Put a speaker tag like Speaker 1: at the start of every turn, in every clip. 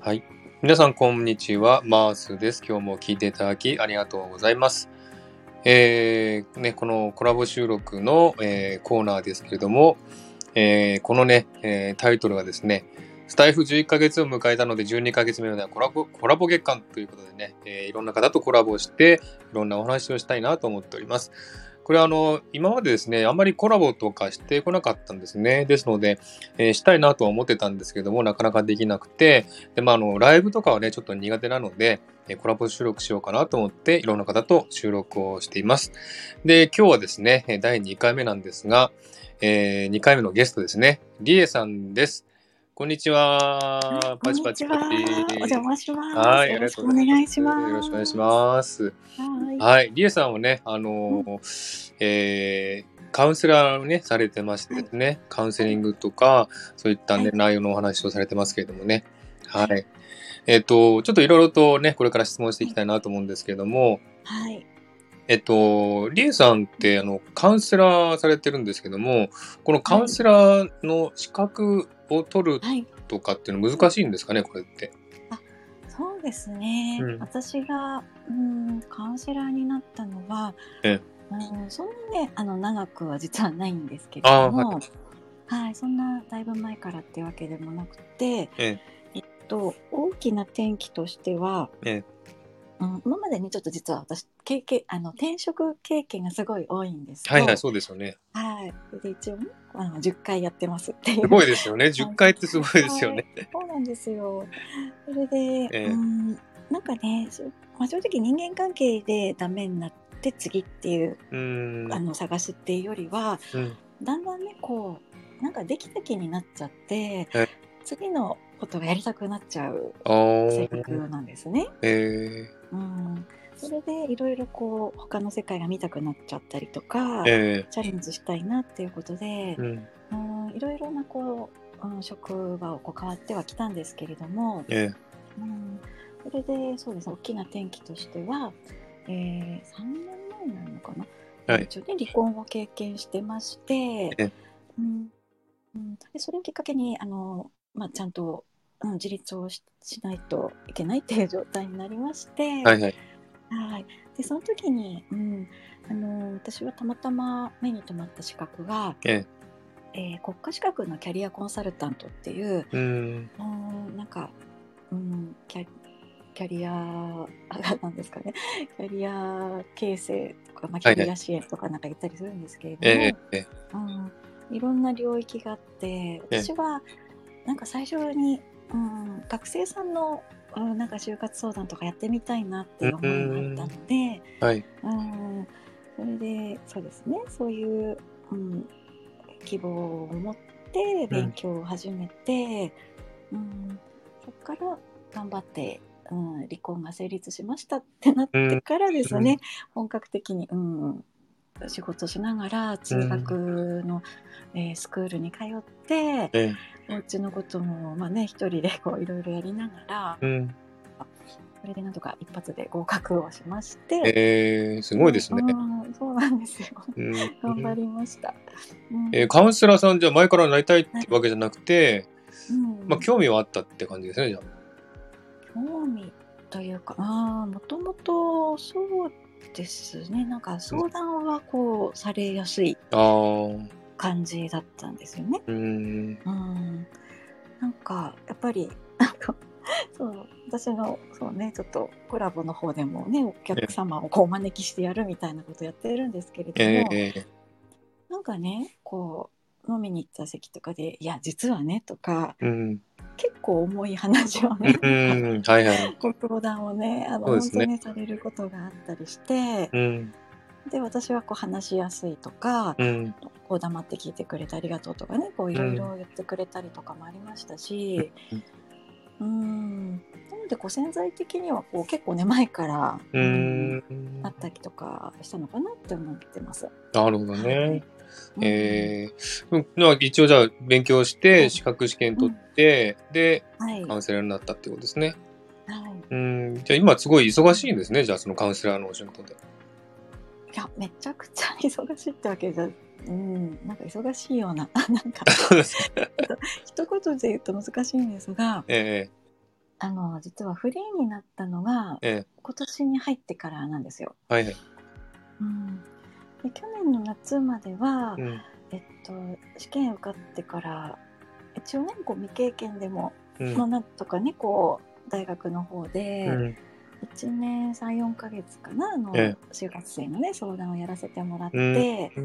Speaker 1: はい。皆さん、こんにちは。マースです。今日も聞いていただきありがとうございます。えーね、このコラボ収録の、えーコーナーですけれども、えーこのね、えータイトルがですね、スタイフ11ヶ月を迎えたので12ヶ月目のコラボコラボ月間ということでね、えーいろんな方とコラボして、いろんなお話をしたいなと思っております。これはあの、今までですね、あんまりコラボとかしてこなかったんですね。ですので、えーしたいなとは思ってたんですけども、なかなかできなくて、で、まあ、あの、ライブとかはね、ちょっと苦手なので、えーコラボ収録しようかなと思って、いろんな方と収録をしています。で、今日はですね、えー第2回目なんですが、え2回目のゲストですね、リエさんです。こんにちは。
Speaker 2: こんにちは。お邪魔します。
Speaker 1: はい、あ
Speaker 2: よ
Speaker 1: り
Speaker 2: ろ
Speaker 1: が
Speaker 2: し
Speaker 1: と
Speaker 2: く
Speaker 1: う
Speaker 2: お
Speaker 1: ござい
Speaker 2: 願
Speaker 1: ま
Speaker 2: い
Speaker 1: す。
Speaker 2: します。
Speaker 1: よろしくお願いします。
Speaker 2: は
Speaker 1: はい、リエさんはね、あのーえーカウンセラーをね、されてましてですね、カウンセリングとか、そういったね、
Speaker 2: はい
Speaker 1: 内容のお話をされてますけれどもね。はい。えっ、と、ちょっといろいろとね、これから質問していきたいなと思うんですけれども、
Speaker 2: い。はい。
Speaker 1: えっと、リエさんって、あの、カウンセラーされてるんですけども、このカウンセラーの資格を取る
Speaker 2: はい。
Speaker 1: とかっていうの難しいんですかね、これって。
Speaker 2: そうですね。
Speaker 1: うん
Speaker 2: 私が、うん、カウンセラーになったのは、
Speaker 1: え
Speaker 2: うん、そんなね、あの、長くは実はないんですけれ
Speaker 1: ああ
Speaker 2: ど
Speaker 1: ー、
Speaker 2: も、
Speaker 1: はい。
Speaker 2: はい、そんなだいぶ前からってわけでもなくて、
Speaker 1: え
Speaker 2: えっと、大きな転機としては、
Speaker 1: ええ
Speaker 2: うん、今までにちょっと実は私経験あの転職経験がすごい多いんですけ
Speaker 1: は
Speaker 2: ど
Speaker 1: いはい、そうですよね。
Speaker 2: はいそれで一応ねあの10回やってますっていう
Speaker 1: すごいですよね。10回ってすごいですよね。
Speaker 2: そうなんですよ。それで、
Speaker 1: ええ
Speaker 2: うんなんかね、しまあ、正直人間関係でダメになって次っていう、
Speaker 1: うーん。
Speaker 2: あの探しっていうよりは
Speaker 1: うん
Speaker 2: だんだんねこうなんかできた気になっちゃって、
Speaker 1: え
Speaker 2: 次のことがやりたくなっちゃう
Speaker 1: あー
Speaker 2: 性格なんですね。
Speaker 1: え
Speaker 2: うん、それでいろいろこう他の世界が見たくなっちゃったりとか
Speaker 1: ー、え
Speaker 2: チャレンジしたいなっていうことで
Speaker 1: ー、う、ん、
Speaker 2: うん、いろいろなこう、うん、職場をこう変わってはきたんですけれども、
Speaker 1: え
Speaker 2: うん、それでそうですね大きな転機としては、えー、3年前になるのかな、
Speaker 1: はい
Speaker 2: 一応ね離婚を経験してまして、
Speaker 1: え
Speaker 2: うんうん、でそれをきっかけにあの、まあ、ちゃんと、うん、自立をししないといけないっていう状態になりまして、
Speaker 1: ー、はいはい、
Speaker 2: はい、でその時に、うん、あの私はたまたま目に留まった資格が、
Speaker 1: え
Speaker 2: えー国家資格のキャリアコンサルタントっていう、
Speaker 1: ー、うーん、
Speaker 2: うーんなんか、うん、キャキャリアあなんですかね キャリア形成とか、まあ、キ
Speaker 1: はいはい
Speaker 2: ャリア支援とかなんか言ったりするんですけれども、
Speaker 1: えー、え
Speaker 2: うん、いろんな領域があって
Speaker 1: え
Speaker 2: 私はなんか最初に、うん、学生さんの、うん、なんか就活相談とかやってみたいなっていう思いがあったので、
Speaker 1: ー、はい、
Speaker 2: うん、それでそうですねそういう、うん、希望を持って勉強を始めて、うんそこから頑張って、うん、離婚が成立しましたってなってからですね、本格的に、うん、仕事しながら中学の、えースクールに通って
Speaker 1: えー、
Speaker 2: お家のことも、まあね、一人でこういろいろやりながら
Speaker 1: うん、
Speaker 2: それでなんとか一発で合格をしまして。
Speaker 1: えー、すごいですね。
Speaker 2: うんそうなんですよ。
Speaker 1: うん、
Speaker 2: 頑張りました。うん
Speaker 1: えー、カウンセラーさんじゃあ前からなりたいってわけじゃなくて、
Speaker 2: うん
Speaker 1: まあ興味はあったって感じですね、じゃあ。
Speaker 2: 興味というか、ああ、もともとそうですね。なんか相談はこうされやすい
Speaker 1: あー、
Speaker 2: 感じだったんですよね。
Speaker 1: うーん、
Speaker 2: うん。なんかやっぱり なんか。そう私のそう、ね、ちょっとコラボの方でも、ね、お客様をこうお招きしてやるみたいなことやってるんですけれども、
Speaker 1: えー、え
Speaker 2: なんかねこう飲みに行った席とかで「いや実はね」とか
Speaker 1: ー、うん、
Speaker 2: 結構重い話を
Speaker 1: う
Speaker 2: ね、
Speaker 1: ん、はいはい、
Speaker 2: ご相談をねあの
Speaker 1: そうで
Speaker 2: 本
Speaker 1: す
Speaker 2: 当
Speaker 1: ね
Speaker 2: にされることがあったりして
Speaker 1: うん、
Speaker 2: で私はこう話しやすいとか、
Speaker 1: うん、
Speaker 2: こう黙って聞いてくれてありがとうとかねこういろいろ言ってくれたりとかもありましたし、うん、なのでこう潜在的にはこう結構ね前から、
Speaker 1: うーん、
Speaker 2: あったりとかしたのかなって思ってます。
Speaker 1: なるほどね。
Speaker 2: うん
Speaker 1: えー、うんまあ一応じゃあ勉強して資格試験取って、で
Speaker 2: はい、
Speaker 1: カウンセラーになったってことですね。
Speaker 2: はい
Speaker 1: うん、じゃあ今すごい忙しいんですね、じゃあそのカウンセラーのお仕事で。
Speaker 2: いやめちゃくちゃ忙しいってわけじゃうんなんか忙しいよ うな なんか
Speaker 1: そうですね。
Speaker 2: 一言で言うと難しいんですが
Speaker 1: え
Speaker 2: あの実はフリーになったのが
Speaker 1: ええ
Speaker 2: 今年に入ってからなんですよ。
Speaker 1: はいはい。
Speaker 2: うん、で去年の夏までは、
Speaker 1: うん。
Speaker 2: えっと、試験受かってから一応ねこう未経験でも、
Speaker 1: うん。
Speaker 2: まあ、なんとかねこう大学の方
Speaker 1: う
Speaker 2: で
Speaker 1: ん
Speaker 2: 1年34ヶ月かなあの、
Speaker 1: え
Speaker 2: 就活生のね相談をやらせてもらって、
Speaker 1: うん
Speaker 2: で
Speaker 1: う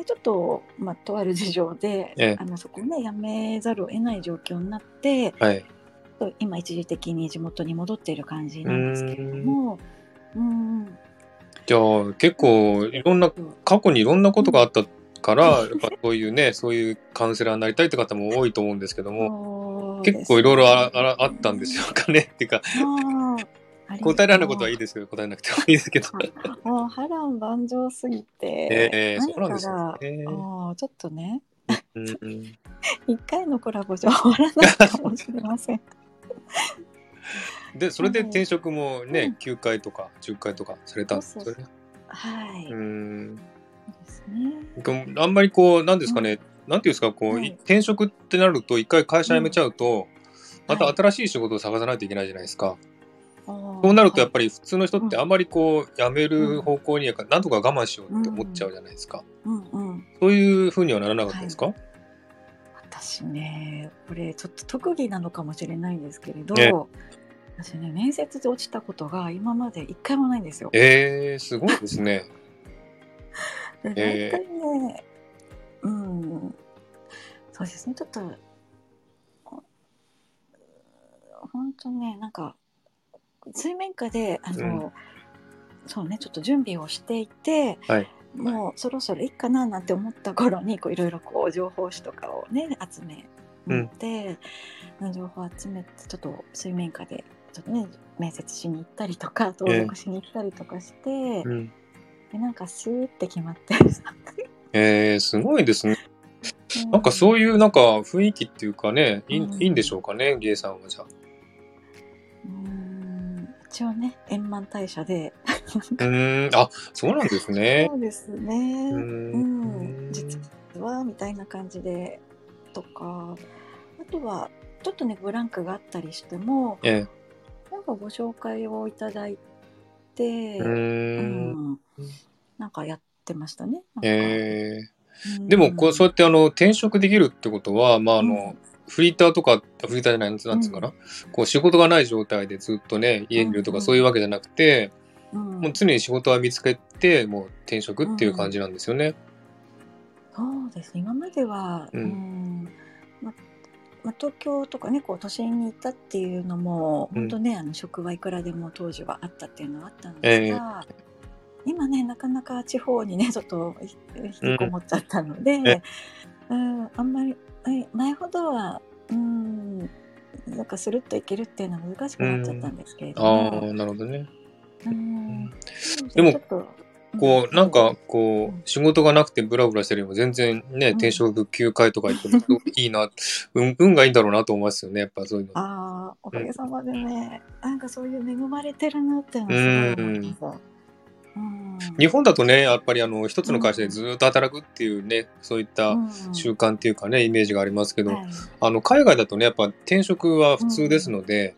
Speaker 1: ん。
Speaker 2: ちょっと、まあ、とある事情で、
Speaker 1: ええ
Speaker 2: あのそこをねやめざるを得ない状況になって
Speaker 1: はい。
Speaker 2: 今一時的に地元に戻っている感じなんですけれども。うん
Speaker 1: じゃあ結構いろんな過去にいろんなことがあったから、やっぱそういうね、そういうカウンセラーになりたいって方も多いと思うんですけども、
Speaker 2: そうですね
Speaker 1: 結構いろいろあらあったんですよかねっていうか、
Speaker 2: あーありがとう
Speaker 1: 答えられないことはいいですけど、答えなくてもいいですけど。
Speaker 2: もう波乱万丈すぎて、
Speaker 1: ええ
Speaker 2: 何
Speaker 1: そうなん
Speaker 2: か
Speaker 1: ですよ
Speaker 2: が、
Speaker 1: ね。
Speaker 2: あーちょっとね
Speaker 1: うんうん
Speaker 2: 一回のコラボじゃ終わらないかもしれません
Speaker 1: で、それで転職も
Speaker 2: う
Speaker 1: ね
Speaker 2: ん、
Speaker 1: 9回とか10回とかされたんです
Speaker 2: そうそうそはい、
Speaker 1: う
Speaker 2: そ
Speaker 1: ん
Speaker 2: うですね
Speaker 1: でもあんまりこう、なんですかね、なんていうんですか、こう、
Speaker 2: はい
Speaker 1: 転職ってなると、一回会社辞めちゃうと、また
Speaker 2: はい
Speaker 1: 新しい仕事を探さないといけないじゃないですか。そ
Speaker 2: そう
Speaker 1: なるとやっぱ
Speaker 2: り、
Speaker 1: り普通の人ってあんまりこうやめる方向にやからなんとか我慢しようって思っちゃうじゃないですか。
Speaker 2: はいうんうん、
Speaker 1: そういうふうにはならなかったですか、
Speaker 2: 私ねこれちょっと特技なのかもしれないんですけれど、
Speaker 1: ええ
Speaker 2: 私ね面接で落ちたことが今まで一回もないんですよ。
Speaker 1: えー、すごいですね。
Speaker 2: で
Speaker 1: ええ
Speaker 2: 大体ね、うん、そうですね、ちょっと、本当ね、なんか、水面下で、あの、そうね、ちょっと準備をしていて、
Speaker 1: はい
Speaker 2: もうそろそろいいかななんて思った頃に、こういろいろこう情報誌とかをね、集めて、情報を集めて、ちょっと水面下で、ちょっとね、面接しに行ったりとか、登録しに行ったりとかして、
Speaker 1: うん、
Speaker 2: でなんかスーって決まってる
Speaker 1: えー、すごいですね。 なんかそう
Speaker 2: い
Speaker 1: いうなんか雰囲気っていうかね、いい,、
Speaker 2: うん
Speaker 1: いいんでしょうかね、ゲイさんはじゃあ。
Speaker 2: うん一応ね円満退社で
Speaker 1: うーん、あそうなんですね
Speaker 2: そ。うですね
Speaker 1: うー
Speaker 2: う
Speaker 1: ん
Speaker 2: ん実はみたいな感じでとかあとはちょっとねブランクがあったりしても
Speaker 1: え
Speaker 2: なんかご紹介をいただいて
Speaker 1: えうーん
Speaker 2: うんなんかやってましたねなんか
Speaker 1: えー
Speaker 2: うん
Speaker 1: でもこうそうやってあの転職できるってことは、まああの
Speaker 2: うん
Speaker 1: フリーターとかフリーターじゃないなんつうんですかな、こう仕事がない状態でずっとね家にいると
Speaker 2: うんう
Speaker 1: か
Speaker 2: ん
Speaker 1: そういうわけじゃなくて、
Speaker 2: うん
Speaker 1: もう常に仕事は見つけて、もう転職っていう感じなんですよね。
Speaker 2: そうですね今までは、
Speaker 1: う
Speaker 2: うんんまま、東京とかねこう都心に行ったっていうのも
Speaker 1: うん
Speaker 2: 本当ね、あの職はいくらでも当時はあったっていうのはあったん
Speaker 1: え
Speaker 2: で
Speaker 1: え
Speaker 2: すが、今ねなかなか地方にねちょっ とひ引きこもっちゃったので、
Speaker 1: え
Speaker 2: うんあんまりえ前ほどはうんなんかスルッと行けるっていうのは難しくなっちゃったんですけれど
Speaker 1: あ
Speaker 2: も、
Speaker 1: あ、なるほどね。
Speaker 2: うん
Speaker 1: でも
Speaker 2: ちょっと
Speaker 1: こう、なんか、こ
Speaker 2: うん
Speaker 1: う、仕事がなくてブラブラしてるよりも全然ね、
Speaker 2: ん
Speaker 1: 転職9回とか行ってもす ごくいいな、運運がいいんだろうなと思いますよね、やっぱそういうの。
Speaker 2: ああ、おかげさまでね、なんかそういう恵まれてるなっていうのはすごい思います。うん
Speaker 1: 日本だとね、やっぱりあの、一つの会社でずーっと働くっていうね、そういった
Speaker 2: うん
Speaker 1: 習慣っていうかね、イメージがありますけど、
Speaker 2: はい
Speaker 1: あの、海外だとね、やっぱ転職は普通ですので、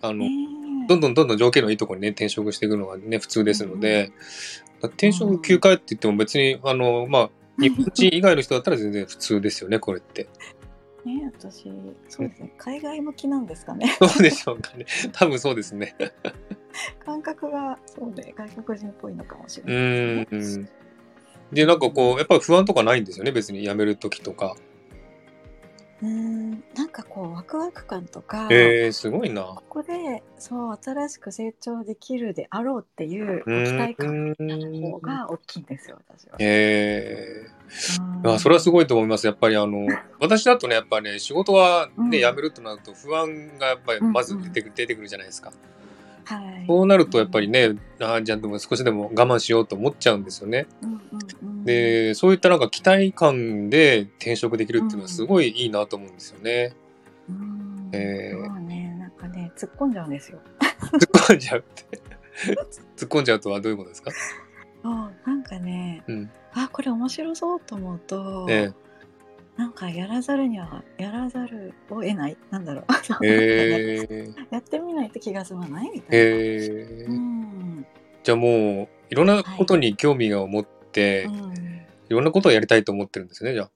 Speaker 1: あの、
Speaker 2: ねえ
Speaker 1: どんどんどんどん条件のいいところにね、転職していくのがね、普通ですので、転職9回って言っても別に、あの、まあ、日本人以外の人だったら全然普通ですよね、こ れって。
Speaker 2: ねえ私、そうですね、海外向きなんですかね。
Speaker 1: どうでしょうかね。 多分そうですね。
Speaker 2: 感覚が、そうね、外国人っぽいのかもし
Speaker 1: う
Speaker 2: れ
Speaker 1: ー
Speaker 2: ないですね。
Speaker 1: ん。で、なんかこう、やっぱり不安とかないんですよね、別に辞めるときとか。
Speaker 2: うん、なんかこう、ワクワク感とか、
Speaker 1: えー、すごいな
Speaker 2: こ。こで、そう、新しく成長できるであろうっていう
Speaker 1: う
Speaker 2: こう期待感の方
Speaker 1: ーん。
Speaker 2: が大きいんですよ、私は。
Speaker 1: え
Speaker 2: うん
Speaker 1: ー、あそれはすごいと思います。やっぱりあ の、私だとね、やっぱね、仕事はね、
Speaker 2: うん
Speaker 1: 辞めるとなると不安がやっぱりまず出てくる出てくるじゃないですか。
Speaker 2: はい。
Speaker 1: そうなるとやっぱりね、あーじゃあでも少しでも我慢しようと思っちゃうんですよね。
Speaker 2: うんうんうん、
Speaker 1: で、そういったなんか期待感で転職できるっていうのはすごいいいなと思うんですよね。
Speaker 2: うーん
Speaker 1: えー
Speaker 2: そうね、なんかね、突っ込んじゃうんですよ。
Speaker 1: 突っ込んじゃう って。突っ込んじゃうとはどういうことですか
Speaker 2: そうなんかね、
Speaker 1: うん。
Speaker 2: あ、これ面白そうと思うと、
Speaker 1: え
Speaker 2: なんかやらざるにはやらざるを得ないなんだろう
Speaker 1: へえ。
Speaker 2: やってみ ないと気が済まないみたいな、
Speaker 1: へえ
Speaker 2: う。ん
Speaker 1: じゃあもう、いろんなことに興味を持って、
Speaker 2: う
Speaker 1: い、
Speaker 2: ん、
Speaker 1: ろんなことをやりたいと思ってるんですね、じゃあ。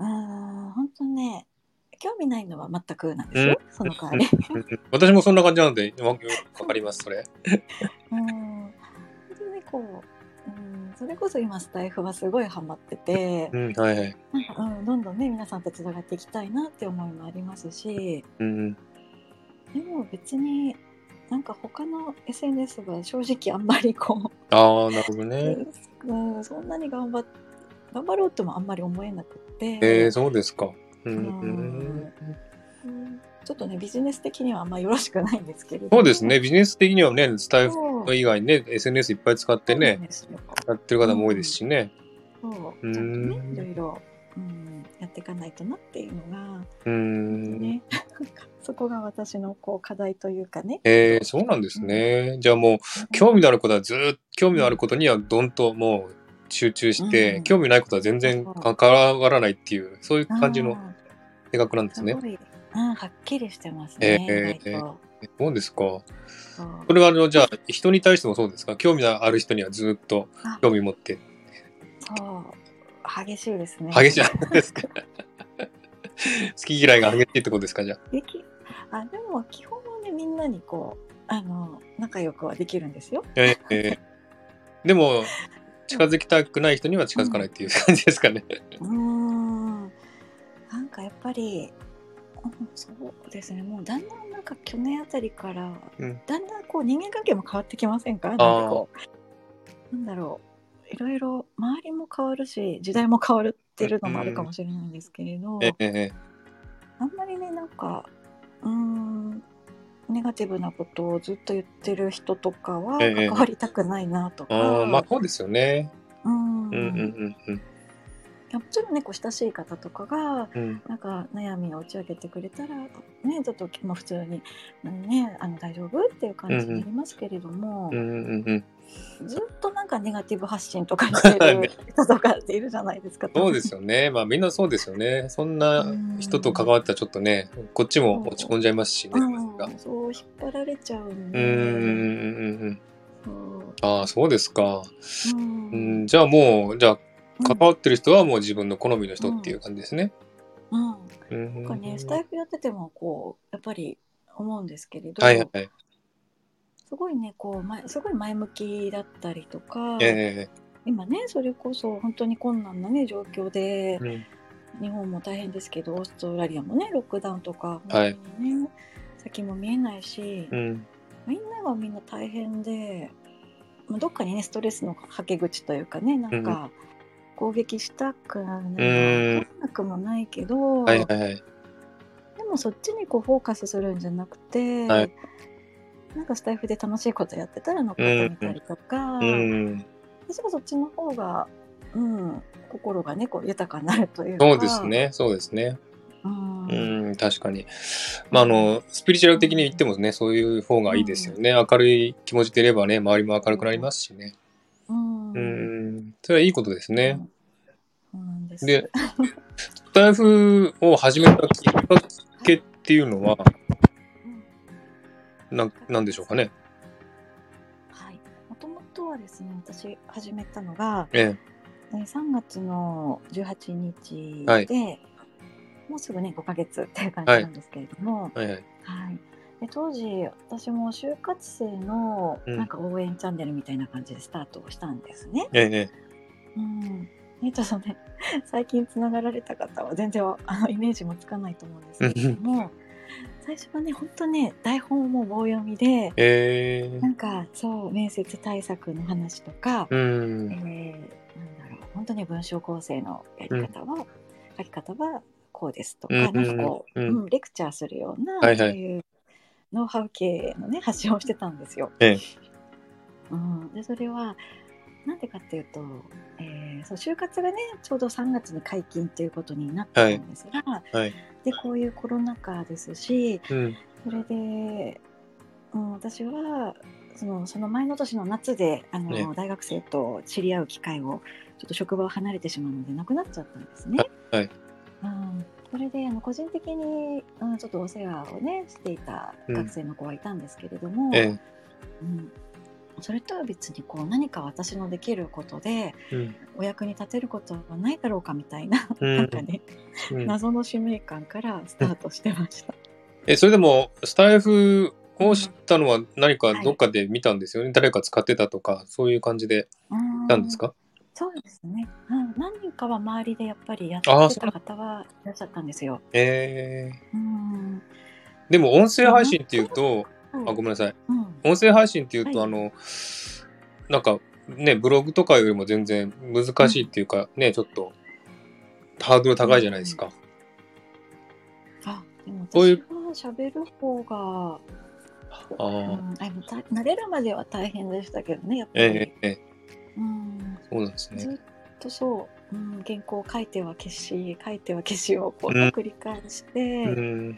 Speaker 2: あ本当ね興味ないのは全くなんですよ、その 代わり
Speaker 1: 私もそんな感じなので、わわかります、それ。
Speaker 2: うん本当にねこう、うん、それこそ今スタイフはすごいハマってて
Speaker 1: う、ん、はいはい。
Speaker 2: なんかうん、どんどんね皆さんとつながっていきたいなって思いもありますし
Speaker 1: うん、
Speaker 2: でも別になんか他の SNS は正直あんまりこ
Speaker 1: ああ、なるほど
Speaker 2: う、
Speaker 1: ね。
Speaker 2: うん、そんなに頑張っ頑張ろうともあんまり思えなくって、
Speaker 1: えー、そうですか。うん
Speaker 2: うん
Speaker 1: うん、
Speaker 2: うんちょっとねビジネス的にはあんまよろしくないんですけれども
Speaker 1: そうですね、ビジネス的にはね、スタイフ
Speaker 2: そう
Speaker 1: 以外にね、SNS いっぱい使って
Speaker 2: そうなん
Speaker 1: ね、
Speaker 2: ですよ
Speaker 1: やってる方も多いですしね。
Speaker 2: そうちゃんと
Speaker 1: うん
Speaker 2: ねいろいろ、うん、やっていかないとなっていうのが、
Speaker 1: うん。
Speaker 2: ね そこが私のこう課題というかね
Speaker 1: えー、そうなんですね。じゃあもう、興味のあることはずーっと興味のあることにはどんともう集中して、
Speaker 2: うん
Speaker 1: 興味ないことは全然関わらないっていうそういう感じの
Speaker 2: あ
Speaker 1: 性格なん
Speaker 2: ー
Speaker 1: です
Speaker 2: す
Speaker 1: ね。
Speaker 2: ごい、うん、はっきりしてますね、
Speaker 1: えー
Speaker 2: 意外と
Speaker 1: そうですか。
Speaker 2: そう
Speaker 1: これはあのじゃあ人に対してもそうですか興味のある人にはずーっと興味持って
Speaker 2: そう激しいですね
Speaker 1: 激しいじゃないですか。 好き嫌いが激しいってことですかじゃあ。
Speaker 2: できあでも基本はねみんなにこうあの仲良くはできるんですよ
Speaker 1: えーでも近づきたくない人には近づかないっていう感じですかね。
Speaker 2: うーんなんかやっぱり、うんそうですね、もうだんだんなんか去年あたりから、
Speaker 1: うん
Speaker 2: だんだんこう人間関係も変わってきませんかなんかこうなんだろう、いろいろ周りも変わるし、時代も変わってるのもあるかもしれないんですけれど、
Speaker 1: ええ
Speaker 2: あんまりね、なんか、うーん、ネガティブなことをずっと言ってる人とかは
Speaker 1: ええ
Speaker 2: 関わりたくないなと
Speaker 1: あ
Speaker 2: か、
Speaker 1: ーまあそうですよね。
Speaker 2: うーん
Speaker 1: うんうんうん
Speaker 2: もちろんね、こう親しい方とかが、
Speaker 1: うんうん。
Speaker 2: なんか悩みを打ち明けてくれたら、ね、ちょっともう普通に、うんね、あの大丈夫っていう感じになりますけれども、
Speaker 1: うんうんうん
Speaker 2: ずっとなんかネガティブ発信とかし てる人とかっているじゃないですか。
Speaker 1: そうですよね。まあみんなそうですよね。そんな人と関わったらちょっとね、こっちも落ち込んじゃいますしね。
Speaker 2: うん、そう引っ張られちゃうん
Speaker 1: うん、
Speaker 2: で
Speaker 1: うんうんうん。
Speaker 2: そう
Speaker 1: ああ、そうですか。
Speaker 2: う
Speaker 1: うんん、じゃあもう、じゃあ関
Speaker 2: う
Speaker 1: わってる人はもう自分の好みの人っていう感じですね。
Speaker 2: んうん
Speaker 1: うん。
Speaker 2: なんかね、スタイフやっててもこうやっぱり思うんですけれど、
Speaker 1: はいはい。
Speaker 2: すごいねこう前すごい前向きだったりとか、
Speaker 1: え
Speaker 2: 今ねそれこそ本当に困難なね状況で
Speaker 1: え、うん
Speaker 2: 日本も大変ですけどオーストラリアもねロックダウンとか、
Speaker 1: はい
Speaker 2: 本当にね、先も見えないし、
Speaker 1: うん。
Speaker 2: みんながみんな大変で、まあ、どっかにねストレスのはけ口というかねなんか攻撃したくな
Speaker 1: うん
Speaker 2: るなくもないけど、
Speaker 1: はいはいはい。
Speaker 2: でもそっちにこうフォーカスするんじゃなくて、
Speaker 1: はい
Speaker 2: なんかスタイフで楽しいことやってたら残ってみたりとか、
Speaker 1: うん。
Speaker 2: 私はそっちの方が、うん、心がねこう豊かになるというか
Speaker 1: そうです、ね。そうですね。
Speaker 2: うん
Speaker 1: うん、確かに。まああの、スピリチュアル的に言ってもね、そういう方がいいですよね。明るい気持ちでいればね、周りも明るくなりますしね。
Speaker 2: うん
Speaker 1: うん。それはいいことですね。
Speaker 2: うん。そうなんです。
Speaker 1: で、スタイフを始めたきっかけっていうのは、
Speaker 2: うん
Speaker 1: な、なんでしょうかね。
Speaker 2: はい。もともとはですね、私始めたのが、
Speaker 1: え
Speaker 2: えー3月の18日で、
Speaker 1: はい
Speaker 2: もうすぐね、5ヶ月っていう感じなんですけれども、
Speaker 1: え。はいはい。
Speaker 2: はい。で当時、私も就活生の
Speaker 1: うん
Speaker 2: なんか応援チャンネルみたいな感じでスタートをしたんですね。
Speaker 1: ええ。
Speaker 2: うん。ね、ちょっとね、最近つながられた方は全然あのイメージもつかないと思うんですけれども、最初はね、本当ね、台本をもう棒読みで、
Speaker 1: ええ。
Speaker 2: なんかそう面接対策の話とか、
Speaker 1: う
Speaker 2: えー
Speaker 1: ん。
Speaker 2: なんだろう本当に文章構成のやり方は、書き方はこうですとか、
Speaker 1: うんうんうん
Speaker 2: なんかこう、
Speaker 1: うん
Speaker 2: うんレクチャーするような、
Speaker 1: はいはい
Speaker 2: そういうノウハウ系のね発信をしてたんですよ。
Speaker 1: ええ
Speaker 2: うん、でそれはなんでかっていうと、えーそう就活がねちょうど3月に解禁ということになったんですが、
Speaker 1: はい。
Speaker 2: でこういうコロナ禍ですし、
Speaker 1: うん。
Speaker 2: それで、うん、私はそのその前の年の夏であの、
Speaker 1: ね
Speaker 2: 大学生と知り合う機会をちょっと職場を離れてしまうのでなくなっちゃったんですね。
Speaker 1: はい
Speaker 2: うん、それであの個人的に、うん、ちょっとお世話をねしていた学生の子はいたんですけれども、
Speaker 1: え
Speaker 2: うん、それとは別にこう何か私のできることで
Speaker 1: え。うん。
Speaker 2: お役に立てることはないだろうかみたいな,、
Speaker 1: うん
Speaker 2: なんかね
Speaker 1: うん、
Speaker 2: 謎の使命感からスタートしてました。
Speaker 1: え、それでも、スタイフを知ったのは何かどっかで見たんですよね。誰か使ってたとか、そういう感じで
Speaker 2: うん
Speaker 1: なんですか
Speaker 2: そうですね、うん、何人かは周りでやっぱりやっ
Speaker 1: あー
Speaker 2: て
Speaker 1: そ
Speaker 2: た方はいらっしゃったんですよ。
Speaker 1: ええ
Speaker 2: うん
Speaker 1: でも、音声配信っていうと、
Speaker 2: はい
Speaker 1: あ、ごめんなさい。
Speaker 2: うん
Speaker 1: 音声配信っていうと、
Speaker 2: はい
Speaker 1: あの、なんか、ね、ブログとかよりも全然難しいっていうか、ね、ちょっと、ハードル高いじゃないですか。
Speaker 2: あでも
Speaker 1: そうい
Speaker 2: 私
Speaker 1: う
Speaker 2: は喋る方が、
Speaker 1: あ
Speaker 2: う
Speaker 1: あ、
Speaker 2: ん、あでもた慣れるまでは大変でしたけどねやっぱ
Speaker 1: え
Speaker 2: り、
Speaker 1: えええ
Speaker 2: うん、
Speaker 1: そうなんですね。
Speaker 2: ずっとそう、うん、原稿を書いては消し書いては消しをこう
Speaker 1: うん
Speaker 2: 繰り返して、
Speaker 1: うん、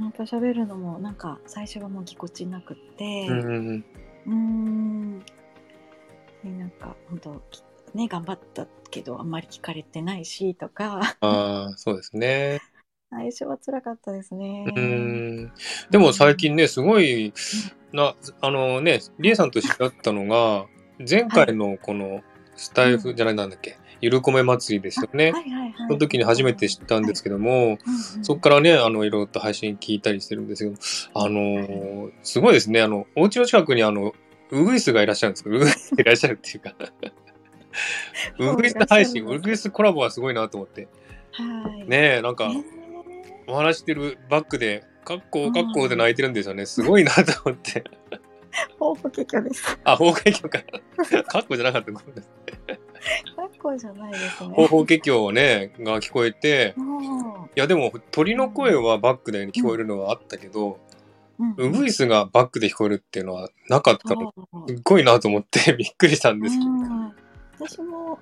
Speaker 2: やっぱ喋るのもなんか最初はもうぎこちなくって
Speaker 1: うん、うん、
Speaker 2: うんでなんか本当きね頑張ったけどあんまり聞かれてないしとか
Speaker 1: ああ、そうですね。
Speaker 2: 最初は辛かったですね。
Speaker 1: うん、でも最近ね、すごい、な、あのね、りえさんと知り合ったのが、前回のこの、スタイフじゃないなんだっけ、ゆるこめ祭りですよね。
Speaker 2: はいはいはい、
Speaker 1: その時に初めて知ったんですけども、
Speaker 2: はい、うんうん
Speaker 1: そこからね、あの、いろいろと配信聞いたりしてるんですけど、あのーすごいですね、あの、お家の近くにあの、ウグイスがいらっしゃるんですけど、ウグイスがいらっしゃるっていうか、ウグイス配信、ウグイスコラボはすごいなと思って、
Speaker 2: はい、
Speaker 1: ねえ、なんか、
Speaker 2: ね
Speaker 1: お話してるバックで、カッコーカッコーで泣いてるんですよね、すごいなと思って、
Speaker 2: 報復結局です。
Speaker 1: あ、崩壊教か、カッコじゃなかった、ごめんなさい
Speaker 2: 学校じゃないですね。
Speaker 1: 方法結局をね、が聞こえて、
Speaker 2: も
Speaker 1: いや、でも、鳥の声はバックで聞こえるのはあったけど、
Speaker 2: ううん
Speaker 1: ウグイスがバックで聞こえるっていうのはなかったの
Speaker 2: そう
Speaker 1: すっごいなと思って びっくりしたんですけど。
Speaker 2: うん私も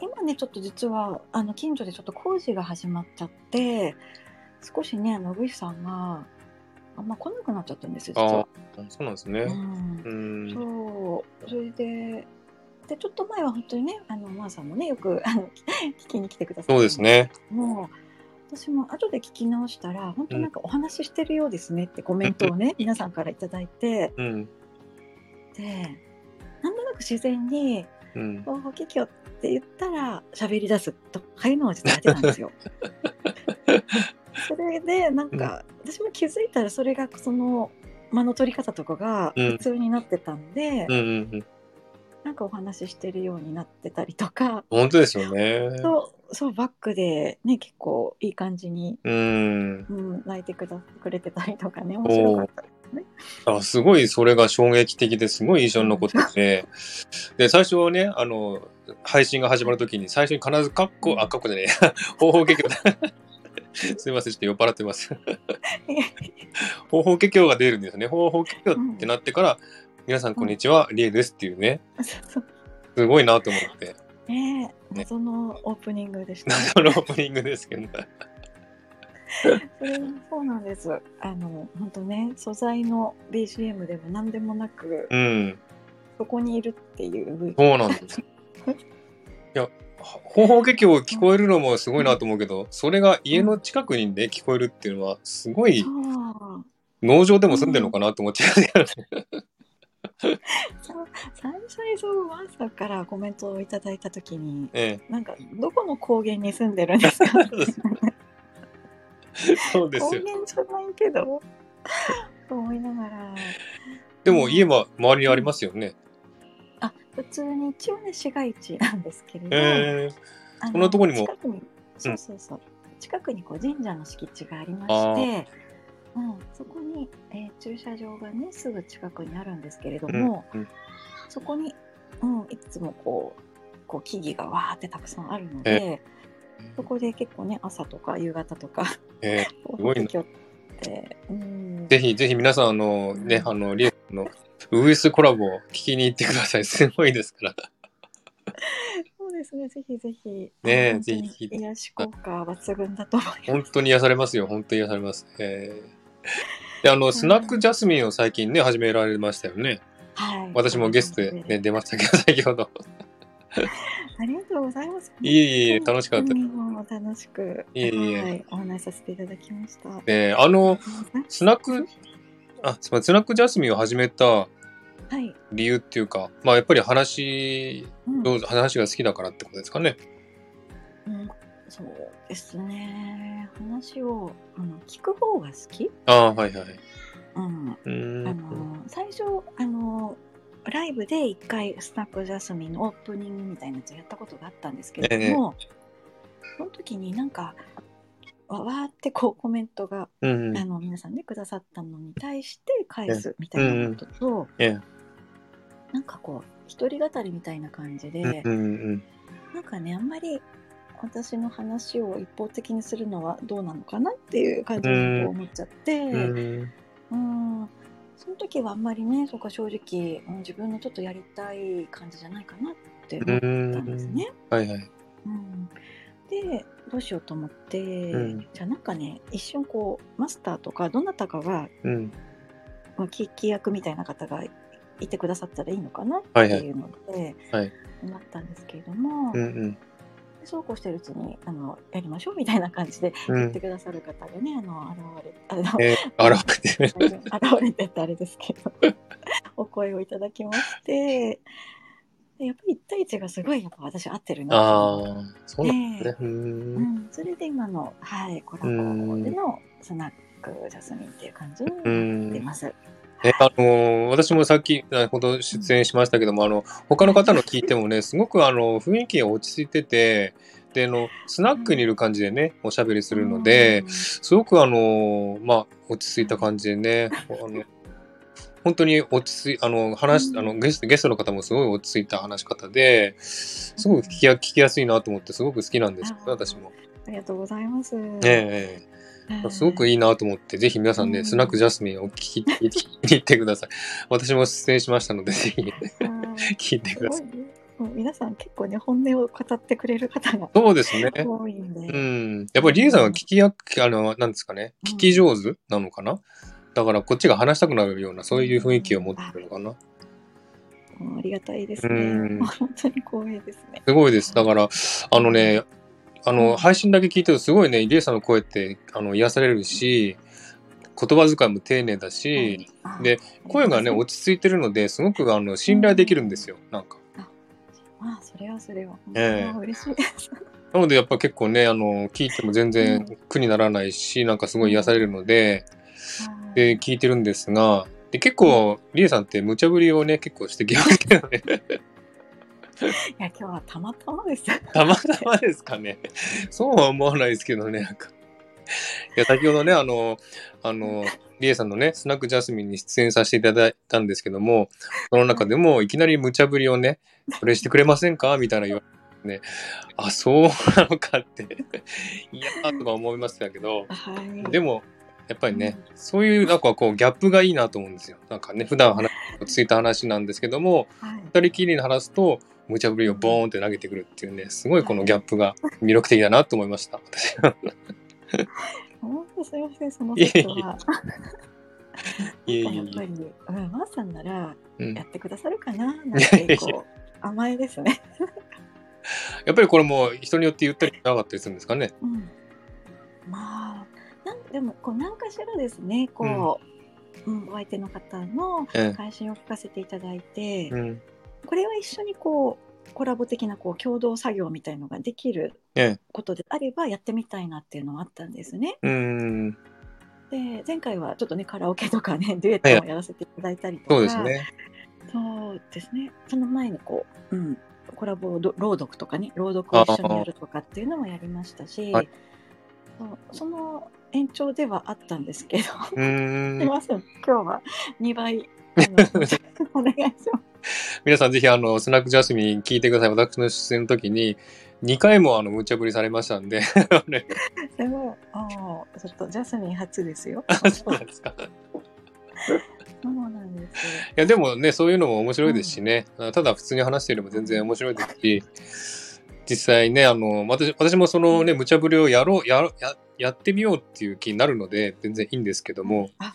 Speaker 2: 今ねちょっと実はあの近所でちょっと工事が始まっちゃって少しねあのグイさんがあんま来なくなっちゃったんですよ実は。
Speaker 1: あそうなんです
Speaker 2: う
Speaker 1: ね。
Speaker 2: ん
Speaker 1: う、ん。
Speaker 2: そうそれででちょっと前は本当にねあのマーさんもねよくあの 聞きに来てくださって
Speaker 1: そうですね。
Speaker 2: もう私も後で聞き直したら本当なんかお話ししてるようですねってコメントをね皆さんからいただいて
Speaker 1: うん。
Speaker 2: でなんとなく自然に
Speaker 1: うん
Speaker 2: 「お。ーキキョ」って言ったら喋り出すとかいうのを実はやってたんですよ。それでなんか私も気づいたらそれがその間の取り方とかが
Speaker 1: うん
Speaker 2: 普通になってたんで、
Speaker 1: うんうんうん。
Speaker 2: なんかお話ししてるようになってたりとか、
Speaker 1: 本当ですよね。
Speaker 2: そうそうバックでね結構いい感じに
Speaker 1: うん。
Speaker 2: うん、泣いてくだくれてたりとかね面白かったですね。
Speaker 1: あすごいそれが衝撃的ですごい印象に残ってて。で、最初はね、あの、配信が始まるときに最初に必ずカッコ、あ、カッコじゃね え。方法結局。すいません、ちょっと酔っ払ってます。 方法結局が出るんですね。方法結局ってなってから、皆さんこんにちは、リエですっていうね。
Speaker 2: そう
Speaker 1: すごいなと思って、
Speaker 2: ねえ謎のオープニングでした、ね。
Speaker 1: そのオープニングですけど。
Speaker 2: それそうなんです。あの本当ね素材の BGM でも何でもなく、
Speaker 1: うん、
Speaker 2: そこにいるっていう部分。
Speaker 1: そうなんです。いや、方法劇を聞こえるのもすごいなと思うけど、それが家の近くにね、聞こえるっていうのは、すごい
Speaker 2: そう
Speaker 1: 農場でも住んでるのかなと思っちゃうよね。
Speaker 2: そう最初にそうワンさんからコメントをいただいたときに、
Speaker 1: え
Speaker 2: なんかどこの高原に住んでるんですか。
Speaker 1: そうですえ、 そうで
Speaker 2: 高
Speaker 1: す
Speaker 2: 原
Speaker 1: よ。
Speaker 2: じゃないけど。と思いながら。
Speaker 1: でも家は周りにありますよね。
Speaker 2: あ、普通に一応ね市街地なんですけれど、
Speaker 1: えー、
Speaker 2: あの
Speaker 1: そんなとこにも
Speaker 2: 近くにそうそうそう、近くにこう神社の敷地がありまして、うん、そこに、えー駐車場がねすぐ近くにあるんですけれど
Speaker 1: うん
Speaker 2: も、
Speaker 1: うん
Speaker 2: そこに、うん、いつもこうこう木々がわーってたくさんあるので、そこで結構ね朝とか夕方とか
Speaker 1: え
Speaker 2: こう
Speaker 1: ごいな
Speaker 2: 仏教って、うん
Speaker 1: ー、ぜひぜひ皆さん、あの、ね、あの、リエさんのウグイスコラボを聞きに行ってください。すごいですから。
Speaker 2: そうですねぜひぜひ
Speaker 1: ねえ
Speaker 2: 本当に
Speaker 1: ぜひ
Speaker 2: 癒し効果は抜群だと思います。
Speaker 1: 本当に癒されますよ。本当に癒されます。えーで、あの、スナックジャスミンを最近ね、始められましたよね。
Speaker 2: はい、
Speaker 1: 私もゲストで、ね、出ましたけど、先ほど。
Speaker 2: ありがとうございます。
Speaker 1: いえいえいえ楽しかった
Speaker 2: うんもう楽楽しく、
Speaker 1: いえいえ
Speaker 2: はい、お話しさせていただきました。は
Speaker 1: で、あの、スナック、あ、すみません、スナックジャスミンを始めた
Speaker 2: い、
Speaker 1: 理由っていうか、まあ、やっぱり話、
Speaker 2: うん
Speaker 1: どう話が好きだからってことですかね。
Speaker 2: うんそうですね。話をあの聞く方が好き。
Speaker 1: あーはいはい。
Speaker 2: うん、
Speaker 1: うー
Speaker 2: あ
Speaker 1: ん。
Speaker 2: の最初あのライブで一回スナップジャスミンのオープニングみたいなやつをやったことがあったんですけれども、その時になんかわわーってこうコメントが、
Speaker 1: うん
Speaker 2: あ。の皆さんでくださったのに対して返すみたいなことと、
Speaker 1: ええ
Speaker 2: なんかこう一人語りみたいな感じで、
Speaker 1: うんうん
Speaker 2: なんかねあんまり私の話を一方的にするのはどうなのかなっていう感じにこう思っちゃって。
Speaker 1: うん。うん
Speaker 2: うんその時はあんまりねそこは正直うん自分のちょっとやりたい感じじゃないかなって思ったんですね。
Speaker 1: はいはい。
Speaker 2: うんでどうしようと思って、
Speaker 1: うん
Speaker 2: じゃあなんかね一瞬こうマスターとかどなたかが、
Speaker 1: うん。
Speaker 2: まあ、聞き役みたいな方がいてくださったらいいのかなっ
Speaker 1: は
Speaker 2: て
Speaker 1: いはい
Speaker 2: いうので
Speaker 1: はい
Speaker 2: 思ったんですけれども、
Speaker 1: うんうん。
Speaker 2: そうこうしてるうちにあのやりましょうみたいな感じで
Speaker 1: う
Speaker 2: 言っ
Speaker 1: ん
Speaker 2: て。くださる方がねあの現れあの
Speaker 1: えー、荒く て。
Speaker 2: 現れてってあれですけど お声をいただきましてでやっぱり1対1がすごいやっぱ私合ってるな
Speaker 1: あ
Speaker 2: と、
Speaker 1: あ、そうなんですね。う。
Speaker 2: うんん、それで今の、はい、コラボでのスナックジャスミンっていう感じ
Speaker 1: う
Speaker 2: になって
Speaker 1: ん。
Speaker 2: ます。
Speaker 1: え、あのー私もさっき、先ほど出演しましたけども、あの、他の方の聞いてもね、すごくあの、雰囲気が落ち着いてて、で、あの、スナックにいる感じでね、おしゃべりするので、すごくあのーまあ、落ち着いた感じでね、あの、本当に落ち着い、あの、話
Speaker 2: う、ん
Speaker 1: あの、ゲスト、ゲストの方もすごい落ち着いた話し方で、すごく聞きや聞きやすいなと思って、すごく好きなんですけど、
Speaker 2: あー
Speaker 1: 私も。
Speaker 2: ありがとうございます。
Speaker 1: ええええすごく
Speaker 2: い
Speaker 1: いいなと思って、ぜひ皆さん
Speaker 2: う
Speaker 1: ね、
Speaker 2: ん
Speaker 1: スナックジャスミンを聞き聞きに行ってください。私も出演しましたので、ぜひ聞いて
Speaker 2: す
Speaker 1: くだ
Speaker 2: ごい
Speaker 1: さい。
Speaker 2: ねもう皆さん結構ね本音を語ってくれる方が
Speaker 1: そうですね。
Speaker 2: 多いんで、
Speaker 1: うん。やっぱりリエさんは聞きや、あの、なんですかね、
Speaker 2: うん
Speaker 1: 聞き上手なのかなだからこっちが話したくなるような、そういう雰囲気を持ってるのかな。
Speaker 2: もうありがたいですね。
Speaker 1: うん
Speaker 2: もう 本当に光栄ですね。
Speaker 1: すごいです。だから、あのね、あの、配信だけ聞いてるとすごいね、リエさんの声って、あの、癒されるし、言葉遣いも丁寧だし、
Speaker 2: はい
Speaker 1: で、
Speaker 2: あ
Speaker 1: 声がね、
Speaker 2: ありとうございます
Speaker 1: 落ち着いてるので、すごく、あの、信頼できるんですよ。なんか。
Speaker 2: まあそれはそれは、
Speaker 1: ええ
Speaker 2: あ嬉しいです。
Speaker 1: なのでやっぱ結構ね、あの、聞いても全然
Speaker 2: うん
Speaker 1: 苦にならないし、なんかすごい癒されるので、
Speaker 2: はい
Speaker 1: で、聞いてるんですが、で、結構、りえさんって無茶ぶりをね、結構してきますけどね。
Speaker 2: いや今日はたまたまです。
Speaker 1: たまたまですかね。そうは思わないですけどね、なんか。いや、先ほどね、あの、あの、りえさんのね、スナックジャスミンに出演させていただいたんですけども、その中でも、いきなり無茶ぶりをね、それしてくれませんかみたいな言われてね、あ、そうなのかって、いやーとか思いましたけど、
Speaker 2: はい。
Speaker 1: で
Speaker 2: も
Speaker 1: も、やっぱりね、そういう、なんかこう、ギャップがいいなと思うんですよ。なんかね、普段話、落ち着いた話なんですけども、
Speaker 2: はい。
Speaker 1: 二人きりに話すと、無茶ぶりをボーンって投げてくるっていうね、すごいこのギャップが魅力的だなと思いま した。私は。
Speaker 2: 本当すみませんその時は。
Speaker 1: いえいえ
Speaker 2: やっ
Speaker 1: い
Speaker 2: ぱり、うん、マーさんなら
Speaker 1: えうん
Speaker 2: やってくださるかななんて
Speaker 1: いやい
Speaker 2: こう甘えですね。
Speaker 1: やっぱりこれも人によって言ったりなかったりするんですかね。
Speaker 2: うん。まあなんでもこう何かしらですねこう、うん、お相手の方の
Speaker 1: うん。
Speaker 2: 配信を聞かせていただいて、
Speaker 1: うん。
Speaker 2: これは一緒にこうコラボ的なこう共同作業みたいのができる
Speaker 1: え
Speaker 2: ことであればやってみたいなっていうのはあったんですね。
Speaker 1: え。うん。
Speaker 2: で前回はちょっとねカラオケと かねデュエットもやらせていただいたりとか、
Speaker 1: そうですね。
Speaker 2: そうですねその前にこう、うん、コラボど朗読とかね朗読を一緒にやるとかっていうのもやりましたし、
Speaker 1: はい
Speaker 2: そうその延長ではあったんですけど、
Speaker 1: う
Speaker 2: すい
Speaker 1: ん。
Speaker 2: ません今日は2倍 あのお願いします。
Speaker 1: 皆さんぜひあの、スナックジャスミン聞いてください。私の出演の時に、2回もあの、無茶ぶりされましたんで。あれ
Speaker 2: でも、ああ、ちょっとジャスミン初で すよ。
Speaker 1: そうなんですか。
Speaker 2: そうなんです。
Speaker 1: いやでもねそういうのも面白いですしね、ただ普通に話してよりも全然面白いですし実際ねあの私私もそのね無茶ぶりをやろうやろややってみようっていう気になるので全然いいんですけども
Speaker 2: あ、